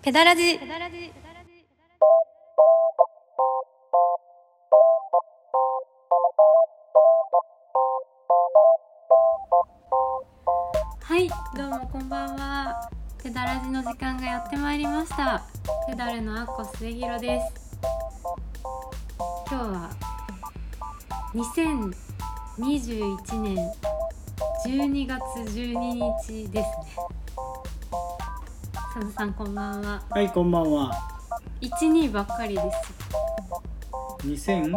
ペダラジはいどうもこんばんはペダラジの時間がやってまいりましたペダルのあっこ末広です今日は2021年12月12日ですねサムさんこんばんははい、こんばんは。 12ばっかりです 2010?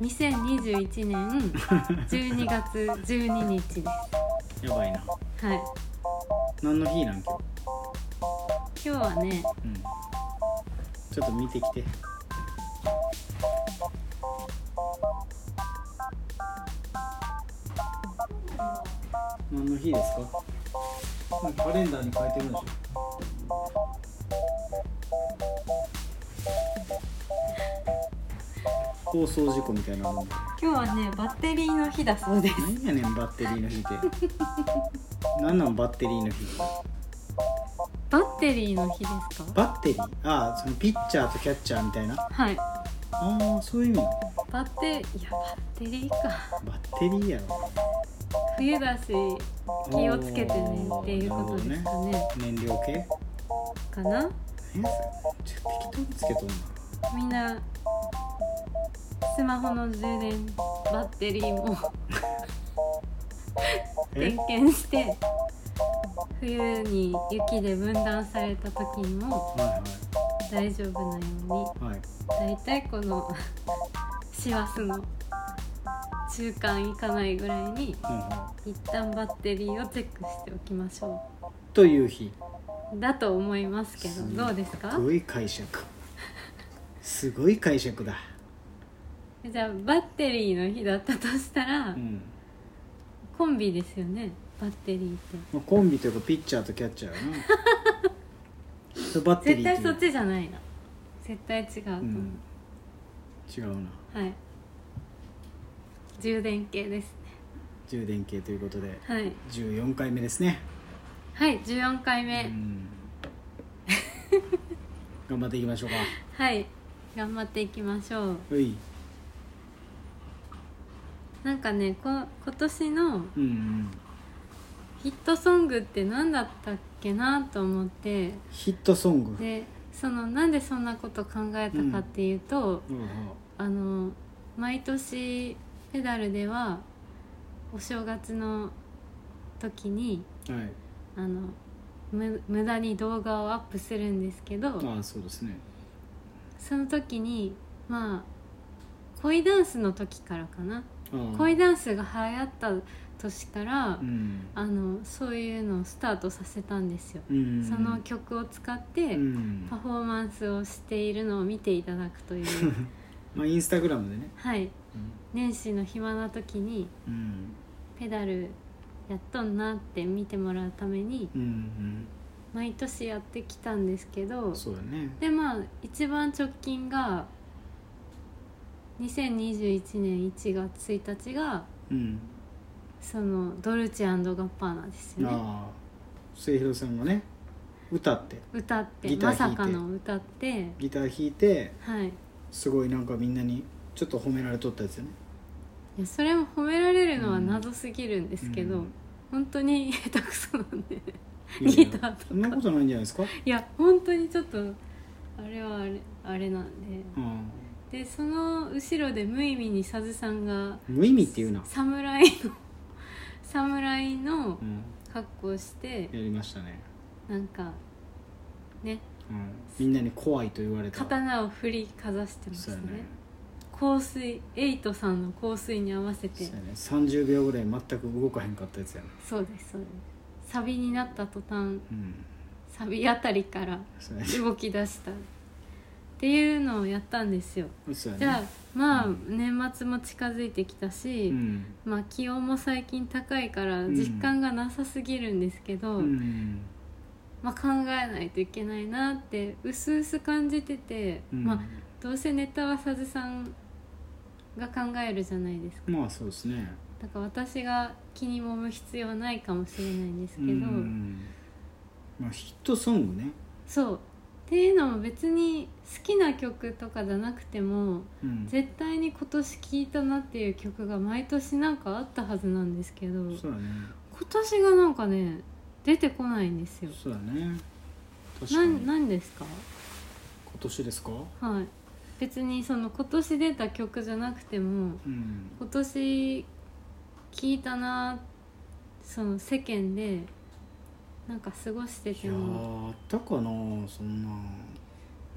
2021年12月12日ですやばいな。はい何の日なん今今日はね日。うん。ちょっと見てきて。何の日ですかなんかカレンダーに書いてるんでしょ放送事故みたいなもんで今日はねバッテリーの日だそうです何やねんバッテリーの日って何なんバッテリーの日ってバッテリーの日ですかバッテリーああそのピッチャーとキャッチャーみたいなはいああそういう意味なのバッテいやバッテリーかバッテリーやろ冬だし気をつけてねっていうことですかね燃料系かな何やそれちょっと適当につけとんなみんなスマホの充電バッテリーも点え検して冬に雪で分断された時にもは大丈夫なようにいはいはい大体この師走の中間いかないぐらいにうんは一旦バッテリーをチェックしておきましょいという日うだと思いますけどどうですかすごい解釈すごい解釈だじゃあバッテリーの日だったとしたら、うん、コンビですよねバッテリーってまあ、コンビというかピッチャーとキャッチャーや なそうバッテリ絶対ーていうそっちじゃないな絶対違うと思うう、ん違うなはい充電系ですね充電系ということではい14回目ですね、はい14回目、うん頑張っていきましょうかはい頑張っていきましょうういなんかねこ今年のうんうんヒットソングって何だったっけなと思ってヒットソングでそのなんでそんなこと考えたかっていうと、うんうんあの毎年ペダルではお正月の時にはいあのむ無駄に動画をアップするんですけどああそうですねその時にまあ恋ダンスの時からかなああ恋ダンスが流行った年から、うんあのそういうのをスタートさせたんですよ、うんその曲を使ってうんパフォーマンスをしているのを見ていただくというまあインスタグラムでね はい年始の暇な時にうんペダルやっとんなって見てもらうためにうんうん毎年やってきたんですけどうんそうだねでまあ一番直近が2021年1月1日がうんそのドルチェガッパーナですよねああ末広さんがね歌って歌ってギタまー弾さいてかの歌ってギター弾いてはいいすごいなんかみんなにちょっと褒められとったやつよねやそれも褒められるのは謎すぎるんですけど、うん本当に 下手くそなんでいやいやギターとかそんなことないんじゃないですかいや本当にちょっとあれはあれあれなんうんででその後ろで無意味にサズさんが無意味っていうな、侍の侍のうん、格好をしてやりましたね、なんかねうん、みんなに怖いと言われた刀を振りかざしてましそうたやねね香水エイトさんの香水に合わせそてうやね30秒ぐらい全く動かへんかったやつやねそうですそうですサビになった途端うんサビあたりからそうやね 動き出したっていうのをやったんですよそうやねじゃあまあう年末も近づいてきたし、うん、まあ気温も最近高いからん実感がなさすぎるんですけど、うんまあ考えないといけないなって薄々感じてて、うんまあどうせネタはさずさんが考えるじゃないですかまあそうですねだから私が気に揉む必要はないかもしれないんですけど、うんまあ、ヒットソングね、そうっていうのも別に好きな曲とかじゃなくてもうん、絶対に今年聴いたなっていう曲が毎年なんかあったはずなんですけど今そうだね年がなんかね出てこないんですよそうだね確かなにん今なんですか年ですかはい別にその今年出た曲じゃなくてもうん今年聴いたなその世間でなんか過ごしていてやもーあったかなそんな、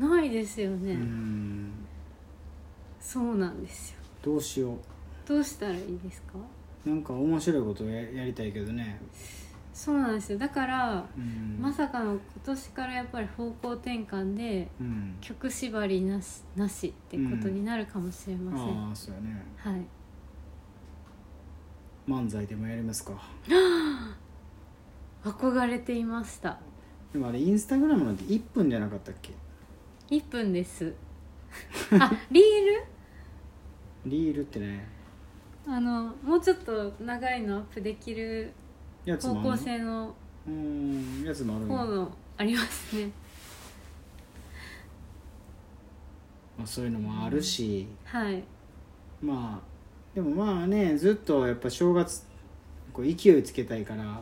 ないですようね、んそうなんですよどうしよどうしたらいいですかうなんか面白いことややりたいけどね、そうなんですよだからうん、まさかの今年からやっぱり方向転換でうん曲縛りなしなしってことになるかもしれません、ああそうやねはい漫才でもやりますか憧れていましたでもあれインスタグラムなんて1分じゃなかったっけ1分です あリールリールってねあのもうちょっと長いのアップできるやつ方も向あるの性のうんやつもある方ののありますねまあ、そういうのもあるし、はいまあでもまあねずっとやっぱ正月こう勢いつけたいから、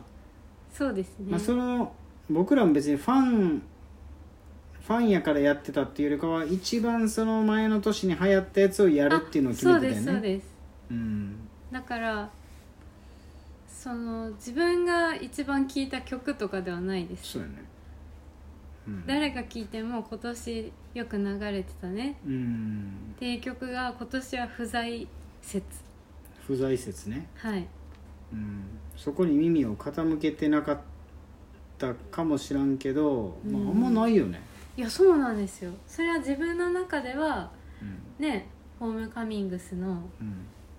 そうですね、まあその僕らも別にファンファンやからやってたっていうよりかは一番その前の年に流行ったやつをやるっていうのを決めてたよねあそうですそうですうんだからその自分が一番聴いた曲とかではないですそうやね、うん、誰が聴いても今年よく流れてたねうんっていう曲が今年は不在説不在説ねはいうんそこに耳を傾けてなかったかもしらんけど、まあ、あんまないよね、いやそうなんですよそれは自分の中ではうんねホームカミングスの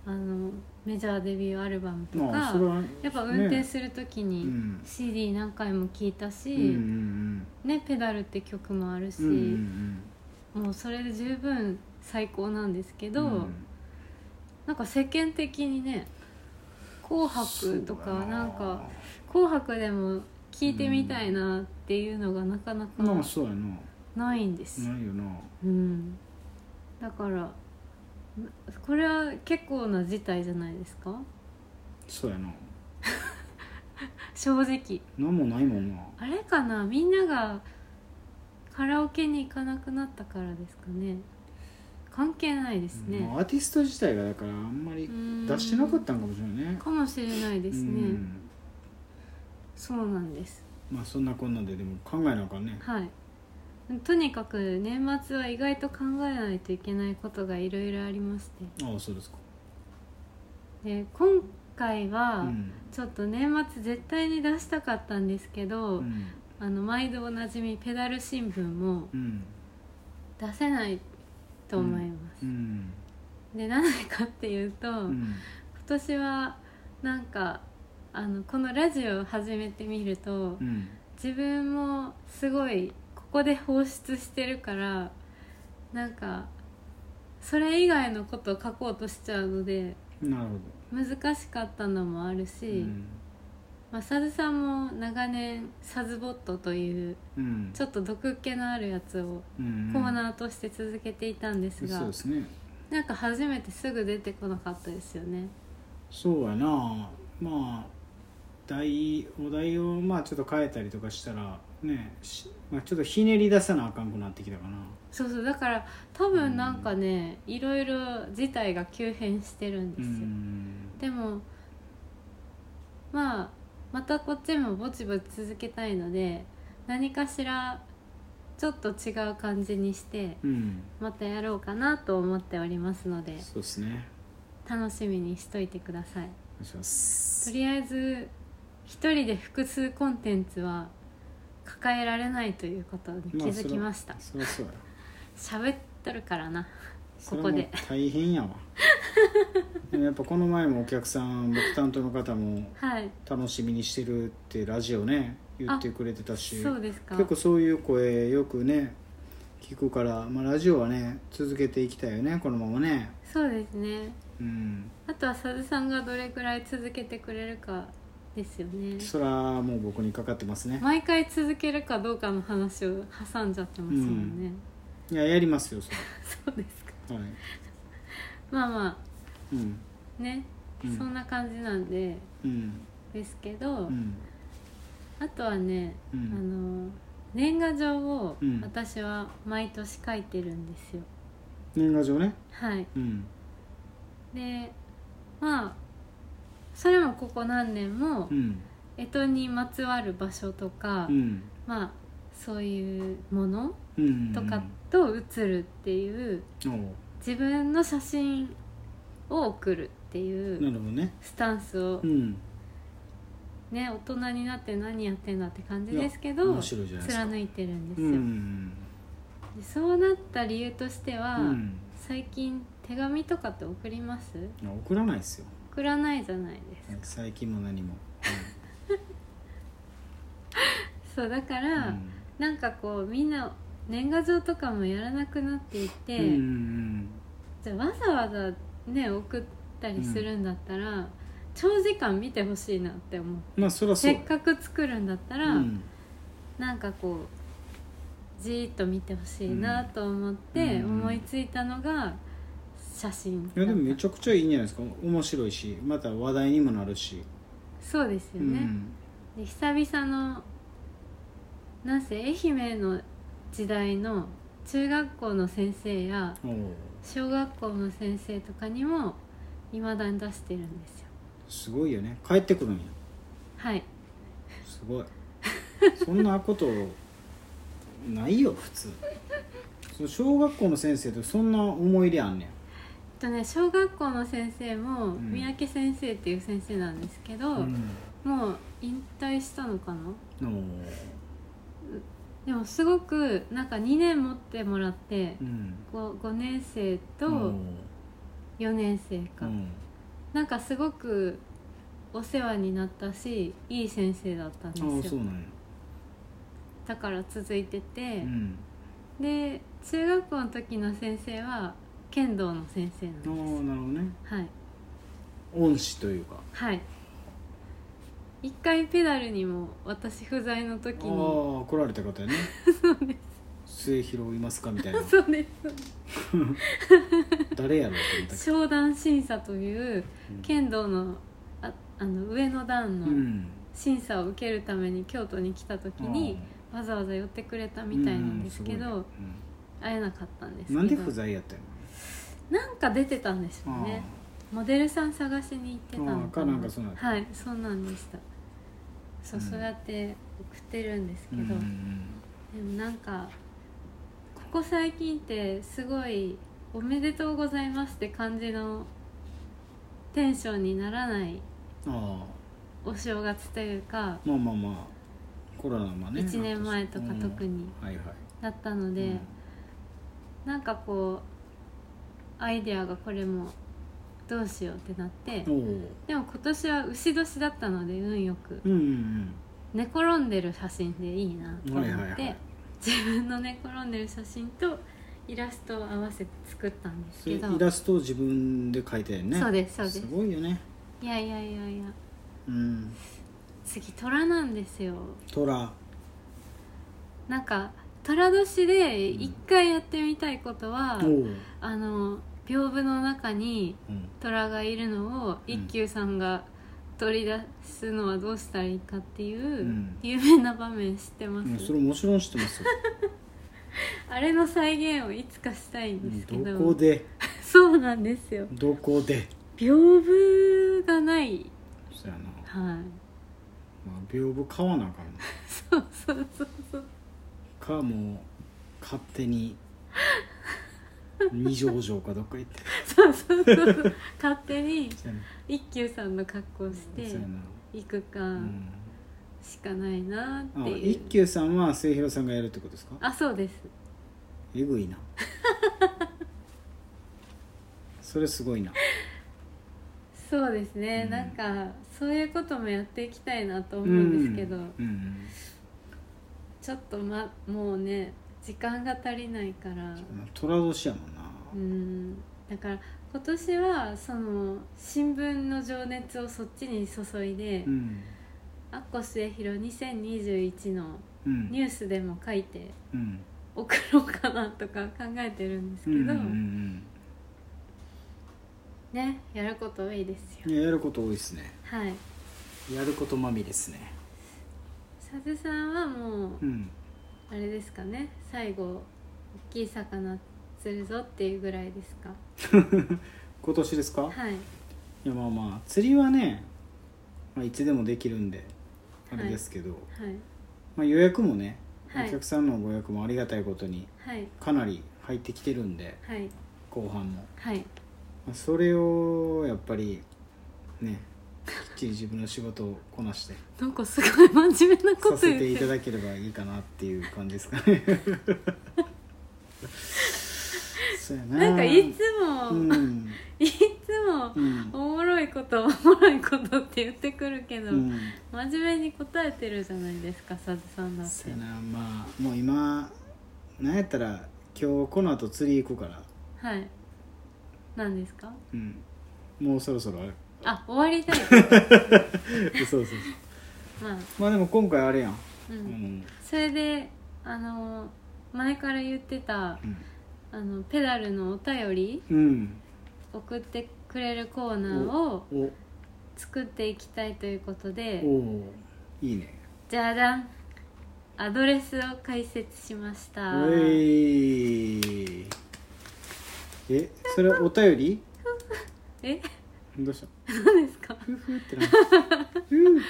あのメジャーデビューアルバムとうん、か、まあそれはやっぱ運転ねする時うにん CD 何回も聴いたし、うんうんね「ペダル」って曲もあるし、うんうんうんもうそれで十分最高なんですけうんど、うんなんか世間的にね「紅そう白」とだかなんか「紅白」でも聞いてみたいなっていうのがなかなかまあそうやなないんですよ、ないよなうん、だからこれは結構な事態じゃないですかそうやな正直なんもないもんなあれかなみんながカラオケに行かなくなったからですかね関係ないですね、まあアーティスト自体がだからあんまり出してなかったんかもしれないねかもしれないですね、うんそうなんですまあそんなこんなででも考えなあかんねはいとにかく年末は意外と考えないといけないことがいろいろありましてああそうですかで今回は、うんちょっと年末絶対に出したかったんですけど、うんあの毎度おなじみペダル新聞もうん出せないと思います、うんでなぜかっていうと、う今ん年はなんかあのこのラジオを始めてみると、うん自分もすごいここで放出してるからなんかそれ以外のことを書こうとしちゃうのでなるほ難しかったのもあるし、どうんまあ、サズさんも長年サズボットといううんちょっと毒っ気のあるやつをうんコーナーとして続けていたんですが、そうですねなんか初めてすぐ出てこなかったですよねそうやなまあ題お題をまあちょっと変えたりとかしたらねしまあ、ちょっとひねり出さなあかんくなってきたかなそうそうだから多分なんかね、いろいろ事態が急変してるんでうすよ、んでもまあまたこっちもぼちぼち続けたいので何かしらちょっと違う感じにしてうんまたやろうかなと思っておりますのでそうですね楽しみにしといてくださいお願いしまとすりあえず一人で複数コンテンツは抱えられないということに気まあづきましたそりゃそうや喋っとるからなそこれこもで大変やわ でもやっぱこの前もお客さん僕担当の方もはい楽しみにしてるってラジオね言ってくれてたしそうですか結構そういう声よくね聞くから、まあ、ラジオはね続けていきたいよねこのままねそうですねうんあとはさずさんがどれくらい続けてくれるかですよねそらもう僕にかかってますね、毎回続けるかどうかの話を挟んじゃってますもんね、いややりますよそそうですかれはいまあまうんあね、うんそんな感じなんでうんですけど、うんあとはね、うんあの年賀状をうん私は毎年書いてるんですよ、年賀状ねはいうんでまあそれもここ何年もうん干支にまつわる場所とか、うんまあそういうものうんとかと写るっていうおう自分の写真を送るってないるうほどねスタンスをうんね大人になって何やってんだって感じいやですけど面白いじゃないですか貫いてるんですうよ、んでそうなった理由としては、うん最近手紙とかって送りますいや送らないですよ送らないじゃないですか最近も何もそうだかうら、んなんかこうみんな年賀状とかもやらなくなっていて、うんうんじゃあわざわざね送ったりするんだったら、長時間見てほしいなって思うまあそらそせうっかく作るんだったうら、んなんかこうじーっと見てほしいなと思ってうん思いついたのが写真いやでもめちゃゃくちゃいいんじゃないですか面白いしまた話題にもなるしそうですうよね、んで久々のなんせ愛媛の時代の中学校の先生やおう小学校の先生とかにも未だに出してるんですよすごいよね帰ってくるんやはいす ごいそんなことないよ普通その小学校の先生とそんな思い入れあんねえっとね小学校の先生もん三宅先生っていう先生なんですけど、んうんもう引退したのかなおうでもすごくなんか2年持ってもらってうんこう5年生とおう4年生か、うんなんかすごくお世話になったしいい先生だったんああですそうよなんやだから続いててう、んで中学校の時の先生は剣道の先生なんああですよなるほどねはい恩師というかはい一回ペダルにも私不在の時ああに来られ た方やねそうです末広いますかみたいなそうです誰やろうと思ったけ商談審査というど剣道のああの上の段うのん審査を受けるために京都に来た時にわざわざ寄ってくれたみたいなんですけど、うんうんす会えなかったんですごいねうけんどなんで不在やったんやなんか出てたんでしょろうなねモデルさん探しに行ってたのあーかなんかそうなんだはいそうなんでしたそう、うんそうやって送ってるんですうけんうど、んでもなんかここ最近ってすごい「おめでとうございます」って感じのテンションにならないうんああお正月というか、まあまあまあコロナもね一1年前とか特にうんはいはいだったので、うんなんかこうアイデアがこれもどうしようってなっておーでも今年は牛年だったので運よくうんうん寝転んでる写真でいいなと思って、はいはいはい自分の寝転んでる写真とイラストを合わせて作ったんですそれけイどラストを自分で描いたよねそうですそうですすごいよねいやいやいやいやうん次虎なんですよ虎なんか虎年で一回やってみたいことは、おーあの屏風の中にうん虎がいるのをうん一休さんが取り出すのはどうしたらいいかっていううん有名な場面知ってます、うんそれもちろん知ってますよあれの再現をいつかしたいんですけうどんどこでそうなんですよどこで屏風がないそうやなはい まあ屏風買わなあかんなそうそうそうそうかもう勝手に二条城かどっか行ってそうそうそう勝手にそうやな一休さんの格好をしてそうやな行くかうんしかないなあってい一う、休さんは末広さんがやるってことですかあそうですえぐいなそれすごいなそうですね、うんなんかそういうこともやっていきたいなと思うんですけど、うんうんちょっと、ま、もうね時間が足りないからまあ虎年やもんなうんだから今年はその新聞の情熱をそっちに注いで、うんアッコ末広2021のうんニュースでも書いてうん送ろうかなとか考えてるんですうけんど、うんうんねやること多いですうんよいややること多いですねはいやることまみれですねさずさんはもううんあれですかね最後大きい魚釣るぞっていうぐらいですか今年ですかはいいやまあまあ釣りはね、まあ、いつでもできるんであれですけど、はいまあ、予約もね、はいお客さんのご予約もありがたいことにはいかなり入ってきてるんではい後半も、はいまあそれをやっぱりねきっちり自分の仕事をこなしてなんかすごい真面目な ことさ言せってていただければいいかなっていう感じですか ねそうやななんかいつも、 うんいつもうんおもろいことおもろいことって言ってくるけど、うん真面目に答えてるじゃないですかさずさんだってそうやなまあもう今なんやったら今日この後釣り行くから、はい何ですかうん、もうそろそろあ終わりたい そうそうそうまあまあでも今回あれやん、う、うんんそれであの前から言ってたうんあのペダルのお便りうん、送ってくれるコーナーをお作っていきたいということでおーいいねじゃじゃんアドレスを開設しましたうえいえそれお便りえどうした何ですかふふってなったふう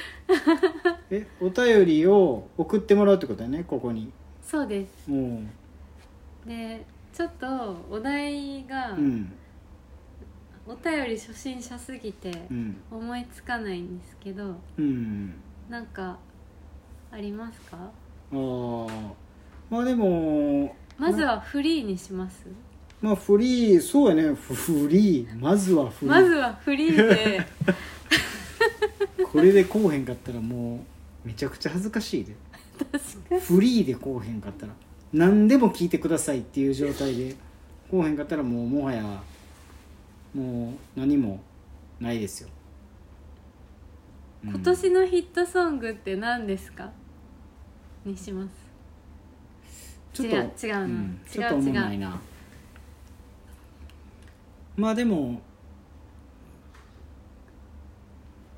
えお便りを送ってもらうってことだよねここにそうですおーでちょっとお題が、うんお便り初心者すぎてうん思いつかないんですけどうんなんかありますかあーまあでもまずはフリーにしますまあフリーそうやねフフリーまずはフリまずー、はフリーでこれでこうへんかったらもうめちゃくちゃ恥ずかしいで確かにフリーでこうへんかったら何でも聞いてくださいっていう状態でこうへんかったらもうもはやもう何もないですよ、うん今年のヒットソングって何ですかにしますちょっと違う違うなん違うちょっと思んないなまあでも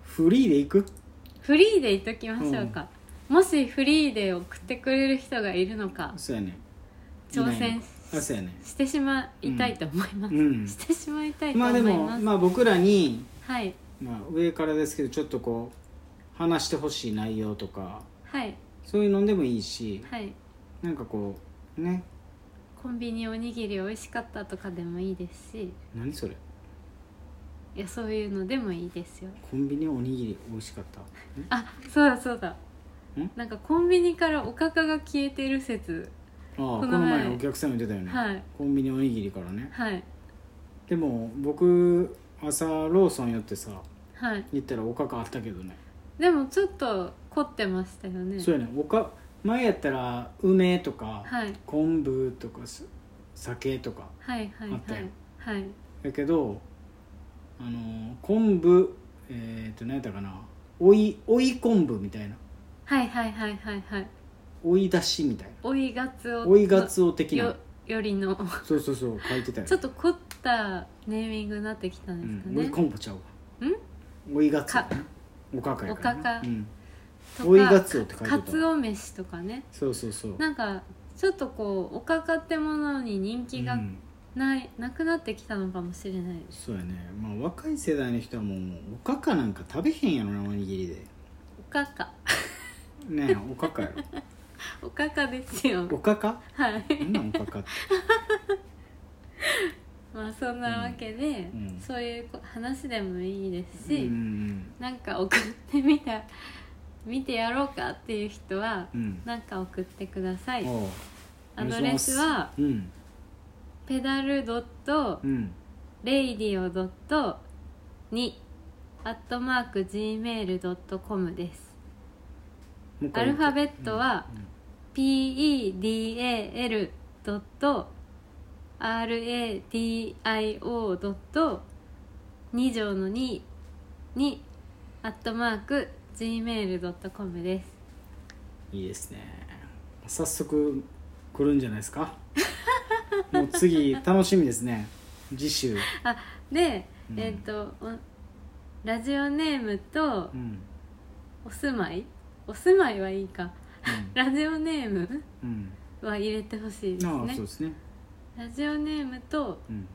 フリーでいくフリーでいっときましょうか、もしフリーで送ってくれる人がいるのかそうやね挑戦あそうやねしてしまいたいと思います、うんしてしまいたいとま思あいでもます、まあ僕らに、はいまあ、上からですけどちょっとこう話してほしい内容とかはいそういうのでもいいしはいなんかこうねコンビニおにぎり美味しかったとかでもいいですし何それいやそういうのでもいいですよコンビニおにぎり美味しかったんあそうだそうだんなんかコンビニからおかかが消えてる説ああここのの前前お客さんも出たよね、はいコンビニおにぎりからねはいでも僕朝ローソン寄ってさはい行ったらおかかあったけどねでもちょっと凝ってましたよねそうやねおか前やったら梅とか、はい昆布とかす酒とかはいはいあはったよいはいやけどあの昆布えっ、と何やったかな追い追い昆布みたいなはいはいはいはいはい追い出しみたい追いがつなお追いがつお的よなよりのそうそうそう書いてたよちょっと凝ったネーミングになってきたんうですかん、追いね、昆布ちゃうわん追いがつおねおかかやからおかなかうんとか追いがつおって書いてたかつお飯とかねそうそうそうなんかちょっとこうおかかってものに人気うがんない、なくなってきたのかもしれないですそうやねまあ若い世代の人はもうおかかなんか食べへんやろなおにぎりでおかか ねえおかかやろおかかですよおかかはいなんなんおかかってまあそんなわけで、うんうんそういうこ話でもいいですうん し、なんか送ってみた見てやろうかっていう人はうんうんなんか送ってくださいおうアドレスはうんペダルドットうんレイディオドット2アットマーク Gmail.com ですもう一ア回ル言フってァベットは pedal ドット radio ドット2乗の2にアットマーク gmail.com ですいいですね早速来るんじゃないです かもう次楽しみですね次週あで、うんえっ、とおラジオネームとうんうんお住まいお住まいはいいかラジオネームうん、は入れてほしいですああねそうですね、ラジオネームとうん、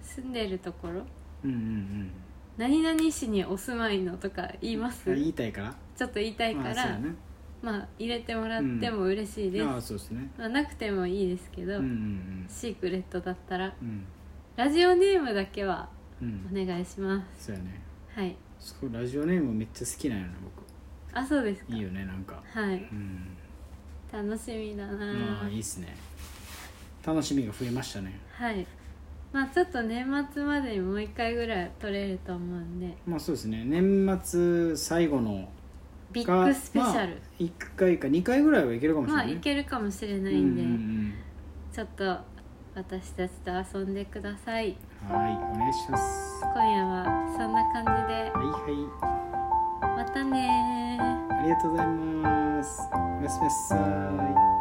住んでるところうんうんうん何々市にお住まいのとか言いますあ言いたいからちょっと言いたいかああそうらやねまあ入れてもらっても嬉しいです、ああそうですねまあ、なくてもいいですけど、うんうんシークレットだったらうんうんラジオネームだけはうおん願いしまそうやねすはいそこラジオネームめっちゃ好きなんやなあそうですか僕いいよねなんかはいうん楽しみだなああいいっすね楽しみが増えましたねはいまあちょっと年末までにもう一回ぐらい撮れると思うんでまあそうですね年末最後のビがッグスペシャまルあ、1回か2回ぐらいはいけるかもしれまあない、ねいけるかもしれないんで、ちょっと私たちと遊んでくださいうんうんうん、はいお願いしますは今夜はそんな感じでいはまたねーいありがとうございますおやすみなさい